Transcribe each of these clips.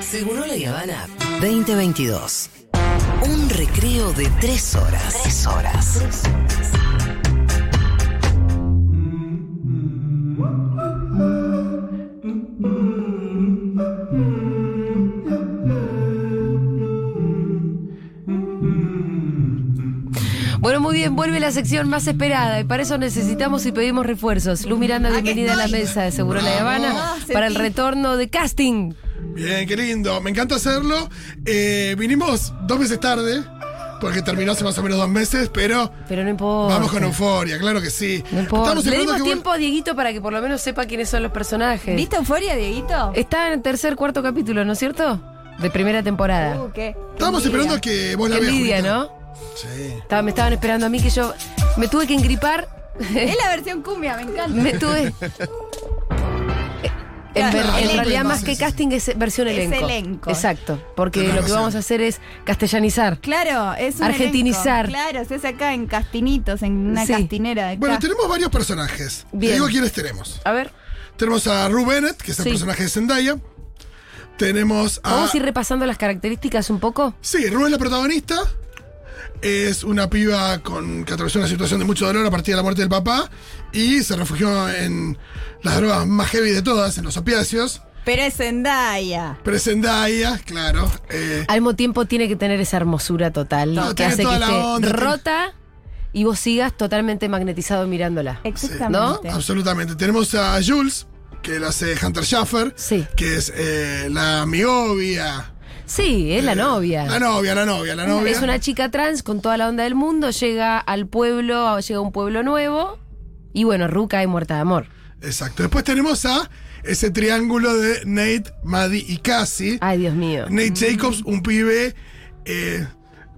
Seguro la Habana 2022. Un recreo de tres horas. Tres horas. Bueno, muy bien, vuelve la sección más esperada y para eso necesitamos y pedimos refuerzos. Lu Miranda, bienvenida a la mesa de Seguro La Ah, Habana para el retorno de casting. Bien, qué lindo. Me encanta hacerlo. Eh, vinimos dos veces tarde, porque terminó hace más o menos dos meses, pero Pero no importa. vamos con euforia, claro que sí. No importa. Estamos Le esperando dimos que tiempo a Dieguito para que por lo menos sepa quiénes son los personajes. ¿Viste Euforia, Dieguito? Está en el tercer, cuarto capítulo, ¿no es cierto? De primera temporada. Uh, qué- vuel- Estábamos qué envidia. esperando que vos la Qué veas. envidia, Julita. ¿no? Sí. Estaba- me estaban esperando a mí que yo me tuve que engripar. Es la versión cumbia, me encanta. me tuve. Eh, En, ver- Claro, en elenco, realidad, más sí, que sí. casting, es versión Es elenco. elenco. Exacto. Porque Tenés lo que razón. vamos a hacer es castellanizar. Claro, es un Argentinizar. elenco. Claro, se hace acá en castinitos, en una Sí. castinera de Bueno, acá. tenemos varios personajes. Bien. Te digo quiénes tenemos. A ver, Tenemos a Rue Bennett, que es el Sí. personaje de Zendaya. Tenemos a. vamos a ir repasando las características un poco. Sí, Rue es la protagonista. Es una piba con, que atravesó una situación de mucho dolor a partir de la muerte del papá y se refugió en las drogas más heavy de todas, en los opiáceos. Pero es Zendaya. Pero es Zendaya, claro. eh, Al mismo tiempo, tiene que tener esa hermosura total No, que tiene hace que toda la esté onda, tiene- rota y vos sigas totalmente magnetizado mirándola. Eh, Exactamente. eh, absolutamente. Tenemos a Jules, que la hace Hunter Schaffer, Sí. que es eh, la migovia. Sí, es la novia. La novia, la novia, la novia. Es una chica trans con toda la onda del mundo, llega al pueblo, llega a un pueblo nuevo y bueno, Ruca y muerta de amor. Exacto. Después tenemos a ese triángulo de Nate, Maddie y Cassie. Ay, Dios mío. Nate Jacobs, un pibe. eh,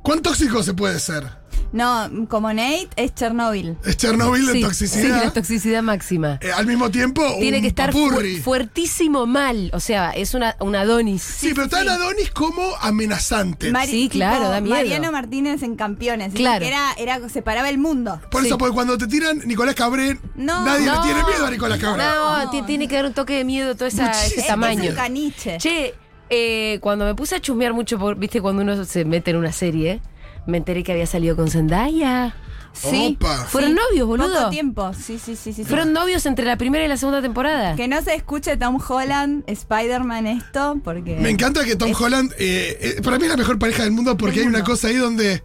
¿Cuán tóxico se puede ser? No, como Nate, es Chernobyl. Es Chernobyl de Sí, sí, toxicidad. la toxicidad máxima. Eh, al mismo tiempo, Tiene un que estar fu- papurri. fuertísimo mal, o sea, es una, un Adonis. Sí, pero está el Adonis como amenazante. Mari- Sí, claro, da miedo. Mariano Martínez en Campeones. Dice Claro. que Era, era, separaba el mundo. Por eso, porque cuando te tiran Nicolás Cabré, No. nadie No. le tiene miedo a Nicolás Cabré. No, ti- tiene que dar un toque de miedo todo esa, Muchísimo. ese Es- tamaño. Es un caniche. Che, eh, cuando me puse a chusmear mucho, por- viste, cuando uno se mete en una serie, me enteré que había salido con Zendaya. Sí. Opa. Fueron Sí. novios, boludo. Poco tiempo. Sí, sí, sí, sí. sí. Oh. Fueron novios entre la primera y la segunda temporada. Que no se escuche Tom Holland, Spider-Man esto, porque... Me encanta que Tom Holland, eh, eh, para mí es la mejor pareja del mundo porque hay una cosa ahí donde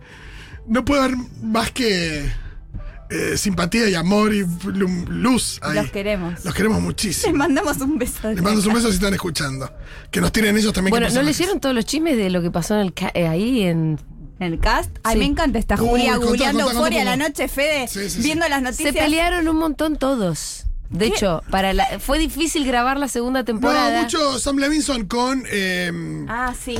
no puede haber más que eh, simpatía y amor y lu- luz ahí. Los queremos. Los queremos Les muchísimo. mandamos un beso. Les mando un beso si están escuchando. Que nos tiren ellos también. Bueno, qué ¿no personajes. leyeron todos los chismes de lo que pasó en el ca- eh, ahí en... En el cast. Ay, Sí. me encanta. Está Uy, Julia contá, googleando contá, contá, Euforia a la contá. noche, Fede, Sí, sí, sí. viendo las Se noticias. pelearon un montón todos. De hecho, para la, fue difícil grabar la segunda temporada. No, mucho Sam Levinson con. eh, Ah, sí.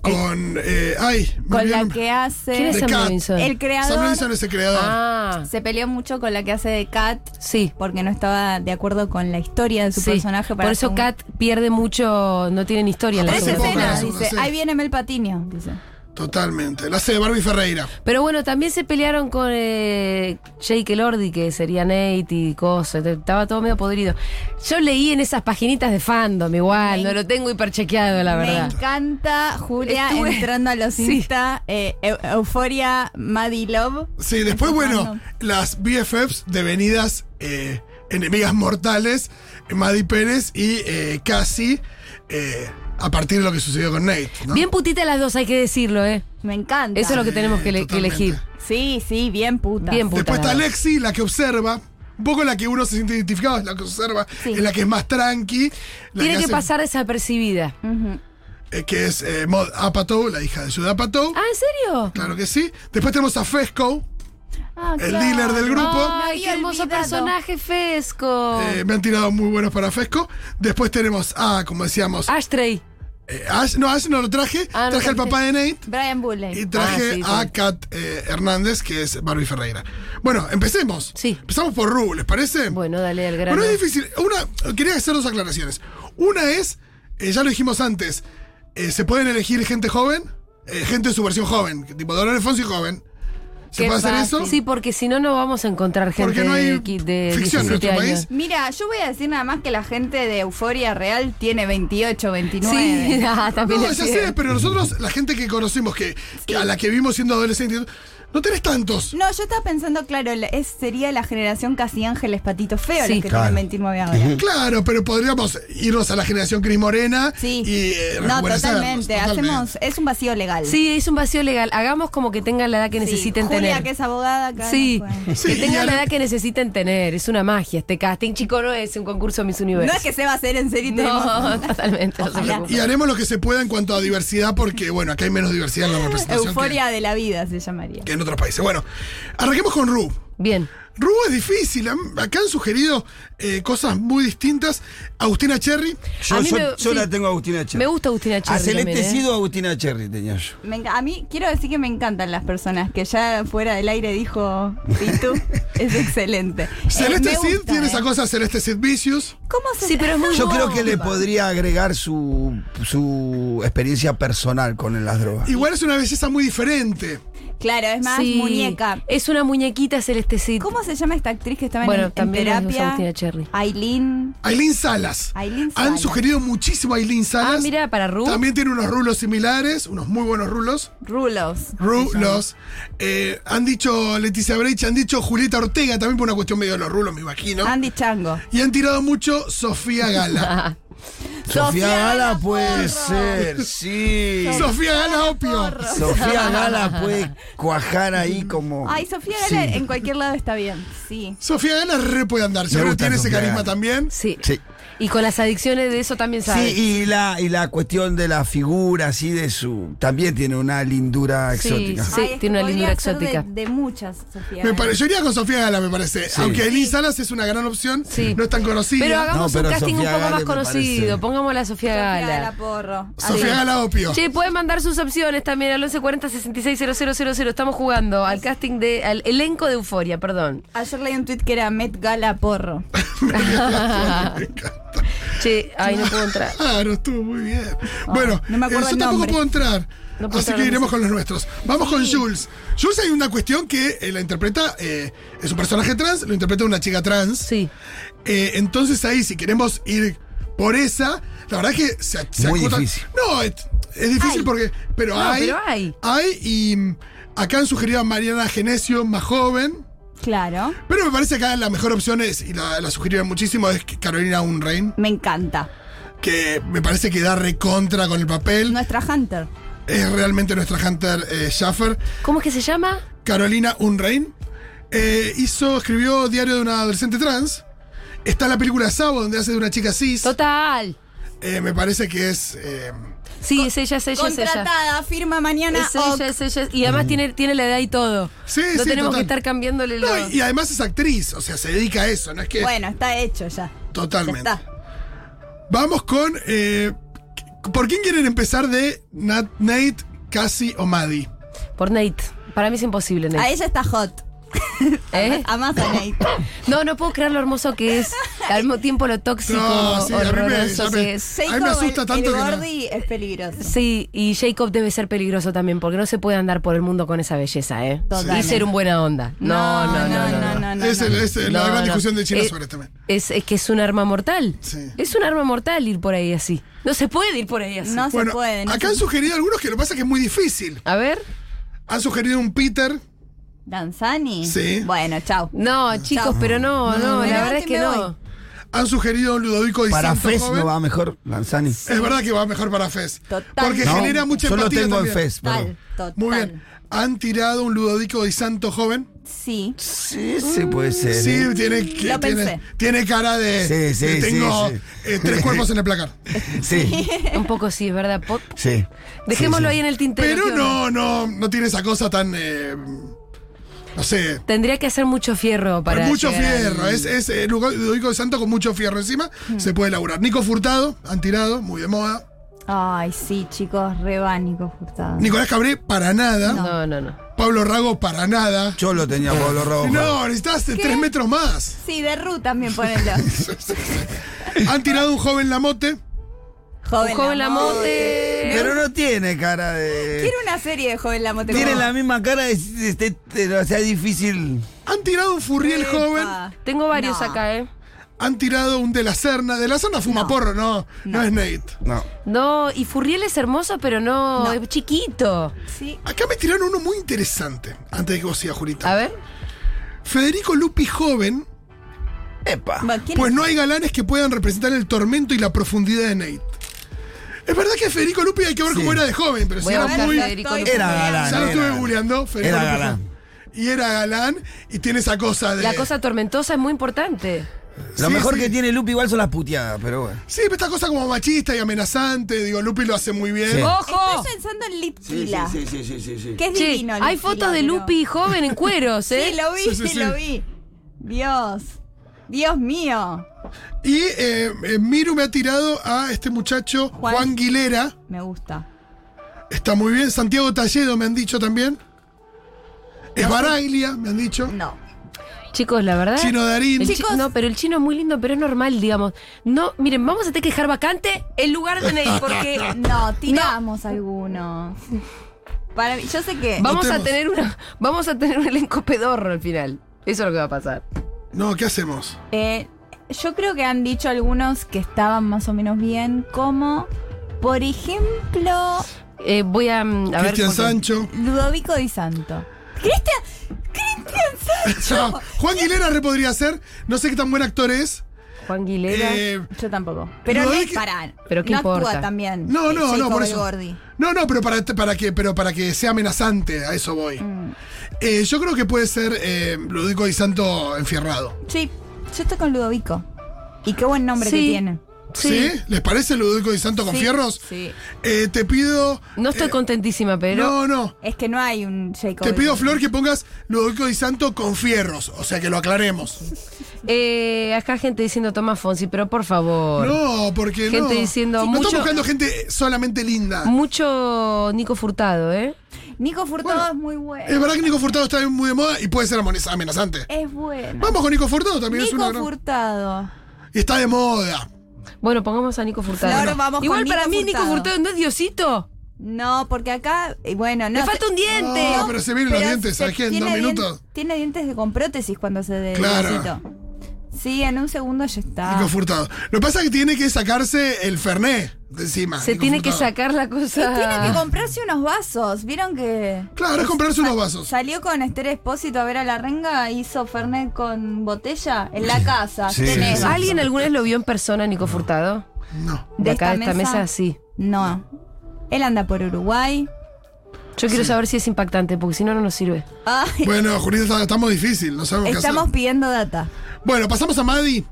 con. eh, ay, me Con olvidé el la nombre. que hace... ¿Quién es De Sam Cat. Levinson? El Sam creador Levinson es el creador. Ah, se peleó mucho con la que hace de Kat sí. porque no estaba de acuerdo con la historia de su sí. personaje. Para Por eso hacer un- Kat pierde mucho, no tiene ni historia en la Tres Hace segunda poco, escenas, hace temporada. poco, dice. sí. Ahí viene Mel Patiño, dice. Totalmente. La hace de Barbie Ferreira. Pero bueno, también se pelearon con eh, Jake Elordi, que sería Nate y cosas. Estaba todo medio podrido. Yo leí en esas paginitas de fandom igual, Me- no lo tengo hiperchequeado, la Me verdad. encanta Julia Estuve- entrando a los Sí. Insta, eh, Eu- Euforia, Maddie Love. Sí, después, bueno, Empezando. las BFFs devenidas eh, enemigas mortales, Maddie Pérez y eh, Cassie, eh, a partir de lo que sucedió con Nate. ¿no? Bien putita las dos, hay que decirlo, ¿eh? Me encanta. Eso es lo que Sí, tenemos que, le- que totalmente. elegir. Sí, sí, bien puta. Bien puta. Después está las dos. Lexi, la que observa. Un poco la que uno se siente identificado, es la que observa, Sí. es la que es más tranqui. la Tiene que hace- pasar desapercibida. Ujú. eh, que es eh, Maud Apatow, la hija de Judd Apatow. ¿Ah, en serio? Claro que sí. Después tenemos a Fesco, Ah, el claro. dealer del grupo. Ay, Me qué había hermoso olvidado. personaje fresco. Eh, me han tirado muy buenos para Fesco. Después tenemos a, como decíamos, Ashtray. Eh, Ash- no, Ash no lo traje. Ah, no traje al traje. papá de Nate. Brian Bulley. Y traje Ah, sí, a sí. Kat eh, Hernández, que es Barbie Ferreira. Bueno, empecemos. Sí. Empezamos por Ru, ¿les parece? Bueno, dale al grano. Bueno, es difícil. Una, quería hacer dos aclaraciones. Una es, eh, ya lo dijimos antes, eh, se pueden elegir gente joven, eh, gente de su versión joven, tipo Dolores Fonsi joven. ¿Se Qué puede hacer fácil. eso? Sí, porque si no, no vamos a encontrar gente Porque no hay de, qui- de ficción 17 en nuestro años. país. Mira, yo voy a decir nada más que la gente de Euforia Real tiene 28, 29. Sí, ah, también No, es ya cierto. sé, pero nosotros, la gente que conocimos, que, que a la que vimos siendo adolescentes, no tenés tantos. No, yo estaba pensando, claro, la- es, sería la generación casi ángeles patito feo Sí. los que Claro. tienen 29 ahora. Claro, pero podríamos irnos a la generación Cris Morena Sí. y eh, no, rejuvenecernos, totalmente. Hacemos, es un vacío legal. Sí, es un vacío legal. Hagamos como que tengan la edad que Sí, necesiten Julia, tener. que es abogada acá. Sí, nos puede- Sí, que y tengan la ahora- edad que necesiten tener. Es una magia este casting. Chico, no es un concurso Miss Universo. No es que se va a hacer en serio. y No, tenemos- totalmente. no se Ojalá. preocupe. Y haremos lo que se pueda en cuanto a diversidad, porque bueno, acá hay menos diversidad en la representación que, Euforia de la vida se llamaría. que en otros países. Bueno, arranquemos con Ru. Bien. Ru es difícil. Am- Acá han sugerido eh, cosas muy distintas. Agustina Cherry. A Eh, Yo, mí yo- me- yo sí. la tengo a Agustina Cherry. Me gusta Agustina Cherry A Celeste también, ¿eh? Sido, Agustina Cherry tenía yo. Me enca- a mí quiero decir que me encantan las personas que ya fuera del aire dijo Pitu. es excelente. Eh, Celeste me Cid gusta, tiene eh. esa cosa, Celeste Cid Vicious. ¿Cómo se Sí, pero es muy Yo creo boba. que le podría agregar su, su experiencia personal con las drogas. Igual es una belleza muy diferente. Claro, es más Sí, muñeca. Es una muñequita celestecita. ¿Cómo se llama esta actriz que estaba en- Bueno, en, también la usa terapia? Agustina Cherry. Aileen. Aileen Salas. Ailín Han Salas. sugerido muchísimo a Aileen Salas. Ah, mira, para Ru. También tiene unos rulos similares, unos muy buenos rulos. Rulos. Rulos. Eh, han dicho Leticia Breich, han dicho Julieta Ortega, también por una cuestión medio de los rulos, me imagino. Andy Chango. Y han tirado mucho Sofía Gala. Ah, Sofía Gala Gala puede Porro. ser, sí. Sofía Gala, opio. Porro. Sofía Gala puede cuajar ahí como. Ay, Sofía Gala Oh, Sí. en cualquier lado está bien. Sí. Sofía Gala re puede andar, seguro gusta tiene ese Sofía carisma Gala. también. sí. Sí. Y con las adicciones de eso también sabe. Sí, y la, y la cuestión de la figura, así de su. También tiene una lindura Sí, exótica. sí. Ay, es que tiene una lindura podría ser exótica. De, de muchas, Sofía. Me Gala. pare- yo iría con Sofía Gala, me parece. Sí. Aunque Aileen Salas es una gran opción, Sí. no es tan conocida. Pero hagamos No, pero un casting Sofía un poco Gala más me conocido. parece. Pongámosla a Sofía Sofía Gala. Gala Porro. Sofía Así. Gala, opio. Che, pueden mandar sus opciones también al 1140 66 000. Estamos jugando al casting de. al elenco de Euforia, perdón. Ayer leí un tweet que era Met Gala Porro. Me encanta. Che, ay, no puedo entrar. Claro, estuvo muy bien. bueno, no me acuerdo eh, yo el tampoco nombre. puedo entrar. No puedo así entrar, que no iremos sé. con los nuestros. Vamos con Jules. Jules hay una cuestión que eh, la interpreta, eh, es un personaje trans, lo interpreta una chica trans. Sí. Eh, entonces ahí, si queremos ir por esa, la verdad que se, se Muy acotan- difícil. No, es, es difícil Hay. porque. Pero No, hay. pero hay. y mm, acá han sugerido a Mariana Genesio, más joven. Claro. Pero me parece que acá la mejor opción es, y la, la sugirieron muchísimo, es que Carolina Unrein, Me encanta. que me parece que da recontra con el papel. Nuestra Hunter. Es realmente nuestra Hunter eh, Schaffer. ¿Cómo es que se llama? Carolina Unrein. eh, hizo, escribió Diario de una adolescente trans. Está la película Sabo, donde hace de una chica cis. Total. Eh, me parece que es. eh, Sí, es ella, es ella, es ella. Contratada, firma mañana. Es ella, ok. es ella. es- Y además tiene, tiene la edad y todo. Sí, No sí, tenemos total. que estar cambiándole no, los. y además es actriz, o sea, se dedica a eso, no es que. Bueno, está hecho ya. Ya totalmente. está. Vamos con. eh, ¿Por quién quieren empezar de Nat, Nate, Cassie o Maddie? Por Nate. Para mí es imposible, A Nate. ella está hot. ¿Eh? A más a Nate. No, no puedo creer lo hermoso que es. Al mismo tiempo lo tóxico, No, sí, a mí me- horroroso ya me- que es. Ahí me Jacob, asusta el- tanto el que no. Gordy es peligroso. Sí, y Jacob debe ser peligroso también, porque no se puede andar por el mundo con esa belleza, ¿eh? Total. Y ser un buena onda. No, no, no. no, no, es el- es el- Este, la No, gran no. discusión de China Eh, sobre este también. Es, es que es un arma mortal. Sí. Es un arma mortal ir por ahí así. No se puede ir por ahí así. No Bueno, se puede. no se- acá han sugerido algunos que lo que pasa es que es muy difícil. A ver. Han sugerido un Peter. ¿Danzani? Sí. Bueno, chau. No, chicos, pero no, no, me la levanto verdad es y que me no. voy. Han sugerido un Ludovico Di Para Santo Fez joven. no va mejor, Lanzani. Es verdad que va mejor para Fez. Totalmente. Porque No, genera mucha yo lo empatía tengo también. en Fez. Total, total. Muy bien. Han tirado un Ludovico Di Santo joven. Sí. Sí, se puede ser. Sí, ¿eh? tiene, Lo tiene, pensé. tiene cara de. Sí, sí, de sí, tengo sí. eh, tres cuerpos en el placar. Sí, Un poco sí, es verdad. Po- sí. Dejémoslo Sí, sí. ahí en el tintero. ¿qué Pero onda? no, no, no tiene esa cosa tan. eh, no sé. Tendría que hacer mucho fierro para. mucho llegar al- fierro. Es, es eh, Ludovico Di Santo con mucho fierro encima. Se puede laburar. Nico Furtado, han tirado, muy de moda. Ay, sí, chicos, rebánico Furtado. Nicolás Cabré, para nada. No, no, no. Pablo Rago, para nada. Yo lo tenía Pablo Rojo. No, necesitas de tres metros más. Sí, de Ru también ponelo. Han tirado un joven Lamote. Un joven amor. Lamonte. Pero no tiene cara de. Quiero una serie de joven la moteco. Tiene la misma cara de. de- de- de- o sea, difícil. Han tirado un Furriel Epa. joven, Tengo varios No. acá, ¿eh? han tirado un De la Serna. De la Serna fuma porro, no, no, es Nate. No. No, y Furriel es hermoso, pero no, No. es chiquito. Sí. Acá me tiraron uno muy interesante, antes de que vos sigas, Julita. A ver. Federico Lupi joven, Epa. Va, ¿quién pues es? no hay galanes que puedan representar el tormento y la profundidad de Nate. Es verdad que Federico Lupi hay que ver cómo Sí. era de joven, pero si Voy a era buscar muy... Federico Estoy- Lupi. Era Ya galán. lo era estuve galán. googleando, Federico Era Lupi galán. joven. Y era galán y tiene esa cosa de... La cosa tormentosa es muy importante. Lo Sí, mejor sí. que tiene Lupi igual son las puteadas, pero bueno. Sí, pero esta cosa como machista y amenazante, digo, Lupi lo hace muy bien. Sí. ¡Ojo! Estoy pensando en Litquila. sí, sí, sí, sí. Que es Che, divino. hay Litquila, fotos de pero- Lupi joven en cueros, ¿eh? Sí, lo vi, Sí, sí, sí. lo vi. Dios. Dios mío. Y eh, eh, Miru me ha tirado a este muchacho, Juan. Juan. Aguilera. Me gusta. Está muy bien. Santiago Talledo me han dicho también. Es Baraglia, me han dicho. No. Chicos, la verdad. Chino Darín. Eh, el chi- Chicos. no, pero el chino es muy lindo, pero es normal, digamos. No, miren, vamos a tener que dejar vacante el lugar de Ney, porque No, tiramos algunos. Para mí- yo sé que. vamos a Votemos. tener una, vamos a tener un elenco pedorro al final. Eso es lo que va a pasar. No, ¿qué hacemos? eh, yo creo que han dicho algunos que estaban más o menos bien, como. Por ejemplo, Eh, voy a, mm, a ver. Cristian porque- Sancho. Ludovico Di Santo. ¡Cristian! ¡Cristian Sancho! Juan Aguilera re podría ser. No sé qué tan buen actor es. Juan Guilera. Eh, Yo tampoco. Pero no, Ludovico- es para. Pero ¿qué no importa? actúa también. no, eh, no, no, Jacob por eso. Elgordi. No, no, pero para, para, que, pero para que sea amenazante, a eso voy. Mm. Eh, yo creo que puede ser eh, Ludico y Santo enfierrado. Sí, yo estoy con Ludovico. Y qué buen nombre Sí. que tiene. ¿Sí? ¿Les parece Ludico y Santo con Sí, fierros? Sí. Eh, te pido. No estoy contentísima, pero. eh, No, no. Es que no hay un Jacob. Te pido, Elgordi. Flor, que pongas Ludovico Di Santo con fierros, o sea que lo aclaremos. Eh, acá gente diciendo Tomás Fonsi, pero por favor. No, porque no. Gente diciendo no mucho- estamos buscando gente solamente linda. Mucho Nico Furtado, ¿eh? Nico Furtado Bueno, es muy bueno. Es verdad que Nico Furtado está muy de moda y puede ser amoniz- amenazante. Es bueno. Vamos con Nico Furtado también es una Nico gran- Furtado. Y está de moda. Bueno, pongamos a Nico Furtado. Flor, vamos con Igual Nico para mí Nico Furtado. Furtado no es Diosito. No, porque acá, eh, bueno, no. Le sé- falta un diente. No, Ah, pero se vienen los pero dientes, se- ¿sabes qué? En tiene dos dien- minutos. Tiene dientes de- con prótesis cuando se de Claro. depositó. Sí, en un segundo ya Ah. está. Nico Furtado. Lo que pasa es que tiene que sacarse el Ferné de Ah, encima. Se Nico tiene que Furtado. sacar la cosa. Tiene que comprarse unos vasos. ¿Vieron que Claro, es comprarse unos vasos. salió con Esther Espósito a ver a la renga? Hizo Fernet con botella en la casa. Sí, Tenés. sí, sí. ¿Alguien alguna vez lo vio en persona, Nico Furtado? No. De, ¿De acá de esta esta mesa, mesa? sí. No. Él anda por Uruguay. Yo quiero saber si es impactante, porque si no, no nos sirve. Ay, Bueno, Julita, está- estamos difícil, no sabemos estamos qué pidiendo data. hacer. Bueno, pasamos a Maddy,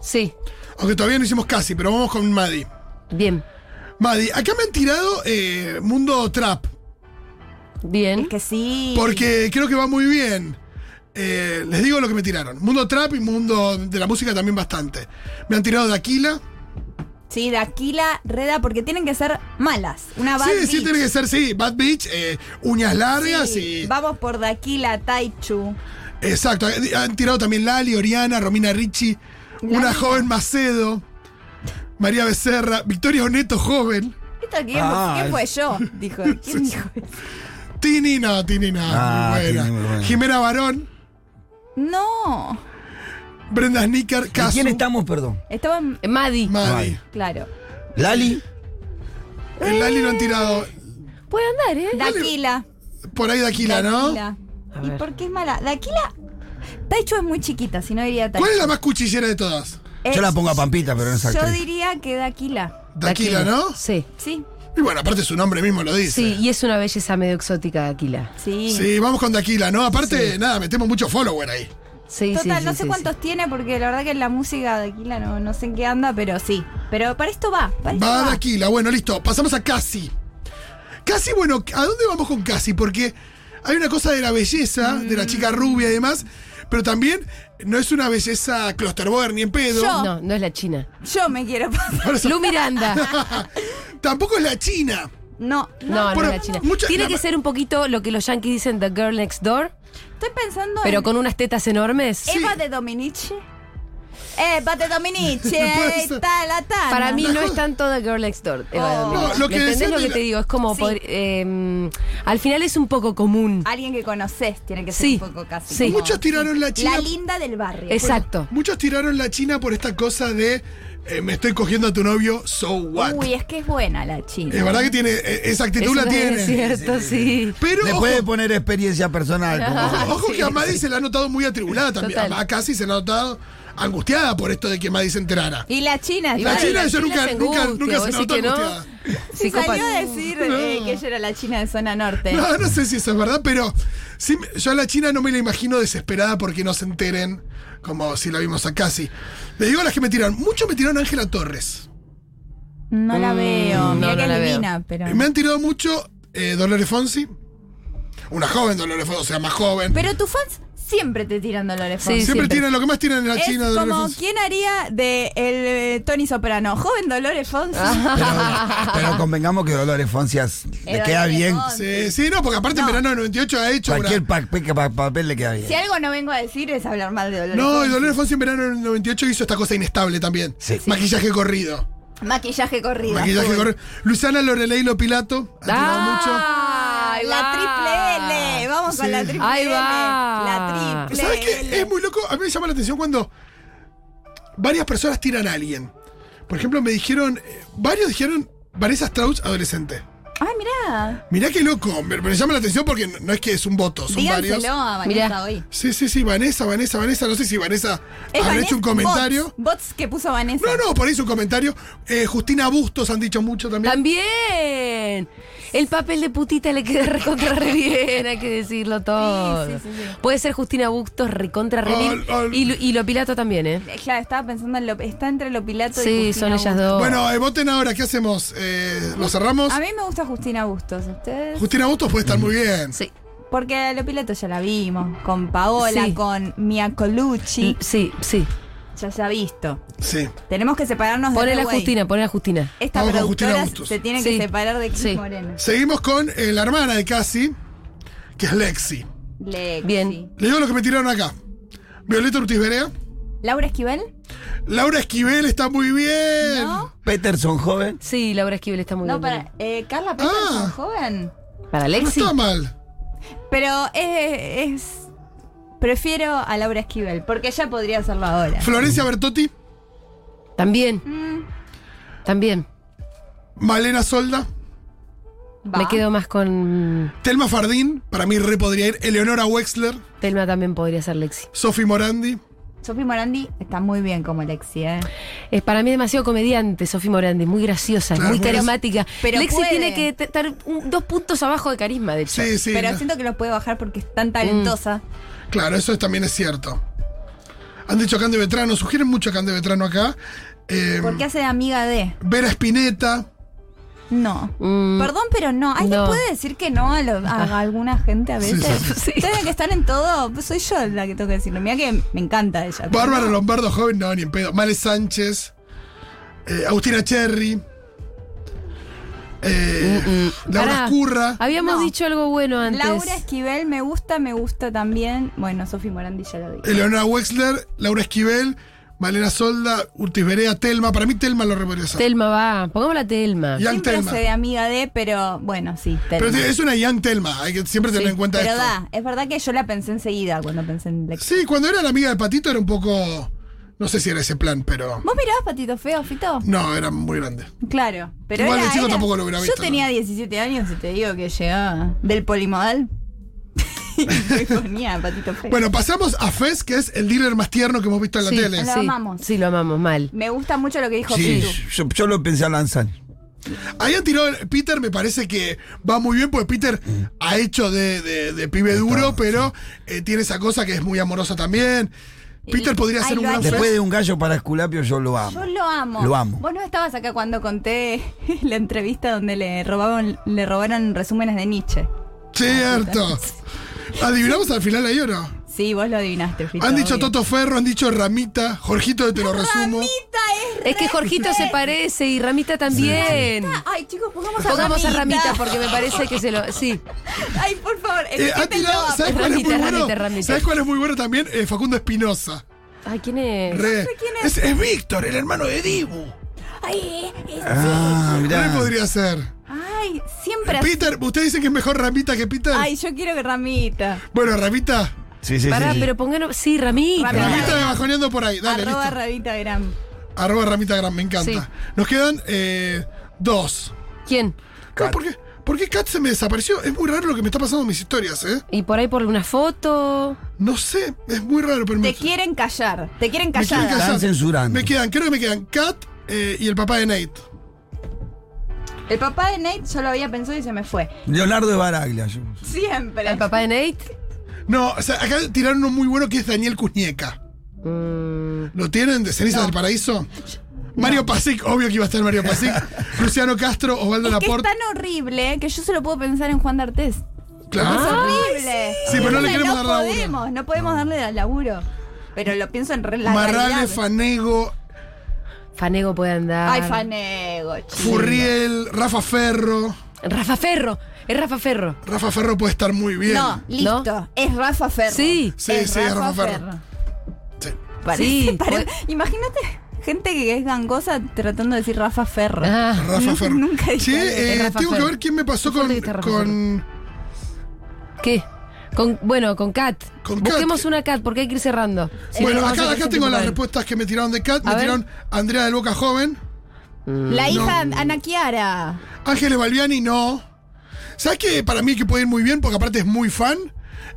Sí, aunque todavía no hicimos casi, pero vamos con Maddy. bien, Maddy, acá me han tirado eh, Mundo Trap. bien. Es que sí. Porque creo que va muy bien. Eh, les digo lo que me tiraron. Mundo trap y mundo de la música también bastante. Me han tirado de Aquila. Sí, de Aquila, Reda, porque tienen que ser malas. Una Ah, bad sí, bitch. sí, tiene que ser, sí. Bad Beach, eh, uñas largas Sí, y. Vamos por Daquila, Taichu. Exacto. Eh, Han tirado también Lali, Oriana, Romina Ricci, una joven Macedo, María Becerra, Victoria Oneto, joven. ¿Esto quién, Ah, quién es- fue yo? Dijo. ¿Quién dijo eso? Tinina, Tinina. Ah, muy buena. Tini, muy buena. Jimena Barón, No. Brenda Snicker, ¿Y Casu, quién estamos, perdón? Estaban. Eh, Madi. Maddy. Ay. Claro. ¿Lali? El Lali lo han tirado Puede andar, ¿eh? Daquila. por ahí de Aquila, ¿no? Daquila. A ¿Y ver. por qué es mala? Daquila. Taichu es muy chiquita, si no diría Taichu. ¿Cuál es la más cuchillera de todas? Yo Eh, la pongo a Pampita, pero no es Yo actriz. diría que Daquila. De Aquila, ¿no? Sí. Sí. Y bueno, aparte su nombre mismo lo dice. Sí, y es una belleza medio exótica de Aquila. Sí. Sí, vamos con Daquila, ¿no? Aparte, nada, metemos mucho follower ahí. Sí, Total, sí, no sí, sé sí, cuántos tiene porque la verdad que la música de Aquila no, no sé en qué anda, pero sí. Pero para esto va. Para esto Va va. Daquila, bueno, listo. Pasamos a Casi. Casi, bueno, ¿a dónde vamos con Casi? Porque hay una cosa de la belleza, de la chica rubia y demás, pero también no es una belleza Clusterboer ni en pedo. sí. No, no es la China. Yo me quiero pasar. Por eso- Lu Miranda. Tampoco es la china. No, No, no Bueno, es la China. mucha- Tiene la- que ser un poquito lo que los yankees dicen The Girl Next Door, estoy pensando pero en con unas tetas enormes. Eva de Dominici. ¡Eh, Pate Dominici! Puede ser. ¡Está la tana! Para mí no Una es cosa- tanto The Girl Next Door. Eva Oh. Domínguez. No, lo que ¿Me decía entendés lo de que la- te digo? Es como. Sí. Ah, podri- eh, al final es un poco común. Alguien que conoces tiene que ser Sí, un poco casi. sí. como- Muchos tiraron la china. La linda del barrio. Exacto. Muchos tiraron la china por esta cosa de eh, me estoy cogiendo a tu novio, so what. Uy, es que es buena la china. Es verdad que tiene, eh, esa actitud Eso la tiene. Es cierto, sí. Pero Le ojo, puede poner experiencia personal. como- ojo que a Maddy se la ha notado muy atribulada también. Total. A Casi se la ha notado angustiada por esto de que Maddy se enterara. Y la china, Y La va, china y yo nunca- nunca- nunca angustia, vos se notó decís que no. angustiada. Si Psicópata. salió a decir eh, que ella era la china de zona norte. No, no sé si eso es verdad, pero sí me- yo a la China no me la imagino desesperada porque no se enteren, como si la vimos a Casi. Le digo a las que me tiraron, muchos me tiraron a Ángela Torres. No la Mm, veo. Mira no, que no la es veo. divina, pero. Me han tirado mucho eh, Dolores Fonsi, una joven Dolores Fonsi, o sea, más joven. Pero tus fans siempre te tiran Dolores Sí, Fonsi. siempre, siempre. tiran lo que más tiran en la Es China Ah, Dolores como, Fonsi. ¿quién haría de el eh, Tony Soprano? Joven Dolores Fonsi. Ah. Pero, pero convengamos que Dolores Foncias le Pero queda Dolores bien. Fonsi. Sí, sí, no, porque aparte en verano del 98 ha hecho Cualquier una... pa- pa- pa- papel le queda bien. Si algo no vengo a decir es hablar mal de Dolores No, y Fonsi. Dolores Fonsi en verano del 98 hizo esta cosa inestable también. Sí. Maquillaje corrido. Maquillaje corrido. Maquillaje full. corrido. Luciana Lorelei Lopilato ha tirado mucho. Ah, ahí La va. triple L. Vamos Sí. con la triple Ahí L. va. La triple ¿Sabes L. qué? Em- Es muy loco. A mí me llama la atención cuando varias personas tiran a alguien. Por ejemplo, me dijeron, eh, varios dijeron Vanessa Strauss adolescente. Ay, mirá. Mirá qué loco. Me, me llama la atención porque no, no es que es un voto, son Díganselo varios. a Vanessa Mirá. hoy. Sí, sí, sí, Vanessa, Vanessa, Vanessa. No sé si Vanessa Es habrá Vanessa- hecho un comentario. Bots, bots que puso Vanessa. No, no, por ahí hizo un comentario. Eh, Justina Bustos han dicho mucho también. También. El papel de putita le queda recontra re bien, hay que decirlo todo. Sí, sí, sí, sí. Puede ser Justina Bustos recontra re bien. Al- al- Y, lo- y lo pilato también, ¿eh? Eh, Claro, estaba pensando en lo, está entre Lopilato y Sí, Justina son ellas Bustos. dos. Bueno, eh, voten ahora, ¿qué hacemos? Eh, ¿Lo cerramos? A mí me gusta Justina Bustos, ¿ustedes? Justina Bustos puede estar muy bien. sí. Porque a Lopilato ya la vimos, con Paola, Sí. Mm. con Mia Colucci, Sí, sí. ya se ha visto. Sí. Tenemos que separarnos de Ponela a The Way. Justina, ponela a Justina. Esta Vamos con Justina productora Bustos. se tiene Sí. que separar de Cris Sí. Morena. Seguimos con eh, la hermana de Cassie, que es Lexi. Lexi. Bien. Le digo lo que me tiraron acá. Violeta Ortiz Berea. Laura Esquivel. Laura Esquivel está muy bien. ¿No? Peterson, joven. Sí, Laura Esquivel está muy No, bien. para. eh, Carla Peterson, Ah. joven. Para No Lexi. está mal. Pero es, es- Prefiero a Laura Esquivel, porque ella podría hacerlo ahora. Florencia Bertotti, También. Mm. También. Malena Solda, Va. Me quedo más con. Telma Fardín, para mí re podría ir, Eleonora Wexler, Telma también podría ser Lexi. Sofi Morandi. Sophie Morandi está muy bien como Lexi, ¿eh? Es para mí demasiado comediante, Sofía Morandi, muy graciosa, Claro, muy muy carismática. Pero Lexi puede. tiene que te- estar un- dos puntos abajo de carisma, de hecho. Sí, sí. Pero no. siento que los puede bajar porque es tan talentosa. Mm. Claro, eso también es cierto. Han dicho Cande Vetrano, sugieren mucho a Cande Vetrano acá. Eh, Porque hace de amiga de. Vera Spinetta. No. Mm, Perdón, pero no. ¿Alguien No. Ah. puede decir que no a, lo- a alguna gente a veces? Sí, sí, sí. Tienen que estar en todo. Pues Soy yo la que tengo que decirlo. Mira que me encanta ella. pero Bárbara no. Lombardo, joven, no, ni en pedo. Male Sánchez. eh, Agustina Cherry. eh, Mm, Laura Pará, Escurra. Habíamos No. dicho algo bueno antes. Laura Esquivel me gusta, me gusta también. Bueno, Sofi Morandi ya lo dije. Eleonora Wexler, Laura Esquivel, Malena Solda, Urtis Berea, Telma. Para mí Telma lo revaloriza. Telma va, pongámosla a Telma. Young Siempre Telma. hace de amiga de, pero bueno, sí. Pero Telma. es una Young Telma, hay que siempre tener Sí, en cuenta Pero esto. da, es verdad que yo la pensé enseguida cuando pensé en Lexi. Sí, cuando era la amiga de Patito era un poco... No sé si era ese plan, pero... ¿Vos mirabas Patito Feo, Fito? No, era muy grande. Claro. Pero Igual era- de chico era- tampoco lo hubiera visto, Yo tenía ¿no? 17 años y te digo que llegaba del polimodal. y me ponía Patito Feo. Bueno, pasamos a Fez, que es el dealer más tierno que hemos visto en la Sí, tele. Lo amamos. Sí, lo amamos, mal. Me gusta mucho lo que dijo Sí, Pitu. yo, yo lo pensé a lanzar. Ahí han tirado... Peter me parece que va muy bien, porque Peter ha hecho de, de- de pibe duro, pero eh, tiene esa cosa que es muy amorosa también. Peter podría Ay, ser un lo gran ha- Después Fez. de un gallo para Esculapio, yo lo amo. Yo lo amo. Lo amo. Vos no estabas acá cuando conté la entrevista donde le robaron, le robaron resúmenes de Nietzsche. Cierto. ¿Adivinamos al final ahí o no? Sí, vos lo adivinaste, Fito. Han dicho obvio. Toto Ferro, han dicho Ramita, Jorgito de Te lo resumo. Ramita es Es que Jorgito se parece y Ramita también. Ramita. Ay, chicos, pongamos a Pongamos a Ramita. Ramita porque me parece que se lo. Sí. Ay, por favor, Eh, ha etiquétenlo tirado- a- ¿sabes, cuál es muy Ramita, bueno? Ramita, Ramita. ¿Sabes cuál es muy bueno también? Eh, Facundo Espinosa. Ay, ¿quién es? Re. sé quién es, es Víctor, el hermano de Dibu. Ay, es- Ah, mirá. Re podría ser. ay, siempre así. Peter, ustedes dicen que es mejor Ramita que Peter. Ay, yo quiero que Ramita. Bueno, Ramita. Sí, sí, Pará, sí, sí. pero pongan. Sí, Ramita. Ramita. Ramita me bajoneando por ahí. Dale, Arroba listo. Ramita Gram. Arroba Ramita Gran, me encanta. Sí. Nos quedan eh, dos. ¿Quién? Kat. ¿Por qué? ¿Por qué Kat se me desapareció? Es muy raro lo que me está pasando en mis historias, ¿eh? ¿Y por ahí por una foto? No sé, es muy raro, pero me, Te quieren callar. Te quieren me quieren callar. callar. Están censurando. Me quedan, creo que me quedan Kat eh, y el papá de Nate. El papá de Nate yo lo había pensado y se me fue. Leonardo de Baraglia. yo- Siempre. ¿El papá de Nate? No, o sea, acá tiraron uno muy bueno que es Daniel Kuznieka. Mm, ¿Lo tienen? ¿De Cenizas del Paraíso? Mario Pasic, obvio que iba a estar Mario Pasic. Luciano Castro, Osvaldo Es que es Laporte. tan horrible que yo solo puedo pensar en Juan D'Artés. Claro. Es horrible. Sí, pero no le Entonces, queremos dar laburo. podemos, no podemos darle laburo. Pero lo pienso en re- la Marrales, realidad. Fanego, Fanego puede andar. Ay, Fanego, chico. Furriel, Rafa Ferro. Rafa Ferro. Es Rafa Ferro. Rafa Ferro puede estar muy bien. No, listo. ¿No? Es Rafa Ferro. Sí. Sí, es sí, es Rafa Ferro. Sí. Parece- Sí, pare- pues- Imagínate gente que es gangosa tratando de decir Rafa Ferro. Ah, Rafa Ferro. Nunca dije Che, eso. eh, Es Rafa tengo que Ferro. ver quién me pasó Supongo con, que está Rafa con- ¿Qué? Con, bueno, con Kat. Con Kat. Busquemos una Kat porque hay que ir cerrando. Si no, bueno, vamos a acá, hacer acá tiempo tengo las para- respuestas que me tiraron de Cat. A Me ver. tiraron Andrea del Boca Joven. Mm, La hija Ana Chiara. Ángeles Balbiani, no. ¿Sabes qué? Para mí que puede ir muy bien, porque aparte es muy fan.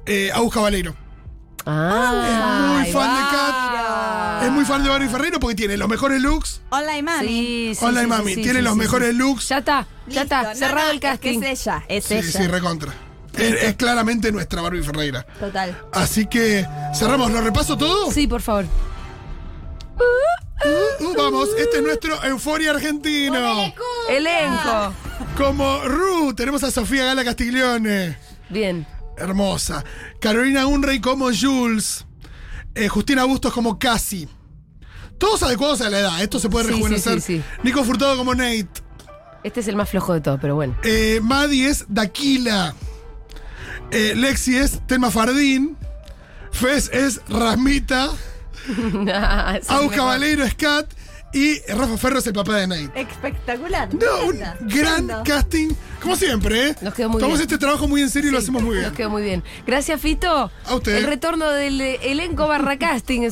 Eh, Agus Caballero. Ah, muy ahí fan de va. Kat. Es muy fan de Barrio Ferrero porque tiene los mejores looks. Online Mami. Sí, sí, Online sí, Mami. sí, sí, tiene sí, los sí, mejores sí. looks. Ya está, Listo, ya está. no, Cerrado no, el es que casting. Es ella, es sí, ella. sí, recontra. Es, es claramente nuestra Barbie Ferreira. Total. Así que cerramos, ¿lo repaso todo? Sí, por favor. Uh, uh, vamos, este es nuestro Euforia Argentino. Elenco. Como Ru, tenemos a Sofía Gala Castiglione. Bien. Hermosa. Carolina Unrey como Jules. Eh, Justina Bustos como Cassie. Todos adecuados a la edad. Esto se puede Sí, sí, rejuvenecer. sí, sí. Nico Furtado como Nate. Este es el más flojo de todos, pero bueno. Eh, Maddie es Daquila. Eh, Lexi es Telma Fardín. Fez es Rasmita. Nah, es el Au mejor. Caballero es Kat. Y Rafa Ferro es el papá de Nate. Espectacular. No, un Tremenda. gran Tremendo. casting. Como siempre, ¿eh? Nos quedó muy Tomamos bien. este trabajo muy en serio y lo Sí, hacemos muy bien. Nos quedó muy bien. Gracias, Fito. A usted. El retorno del eh, elenco barra casting en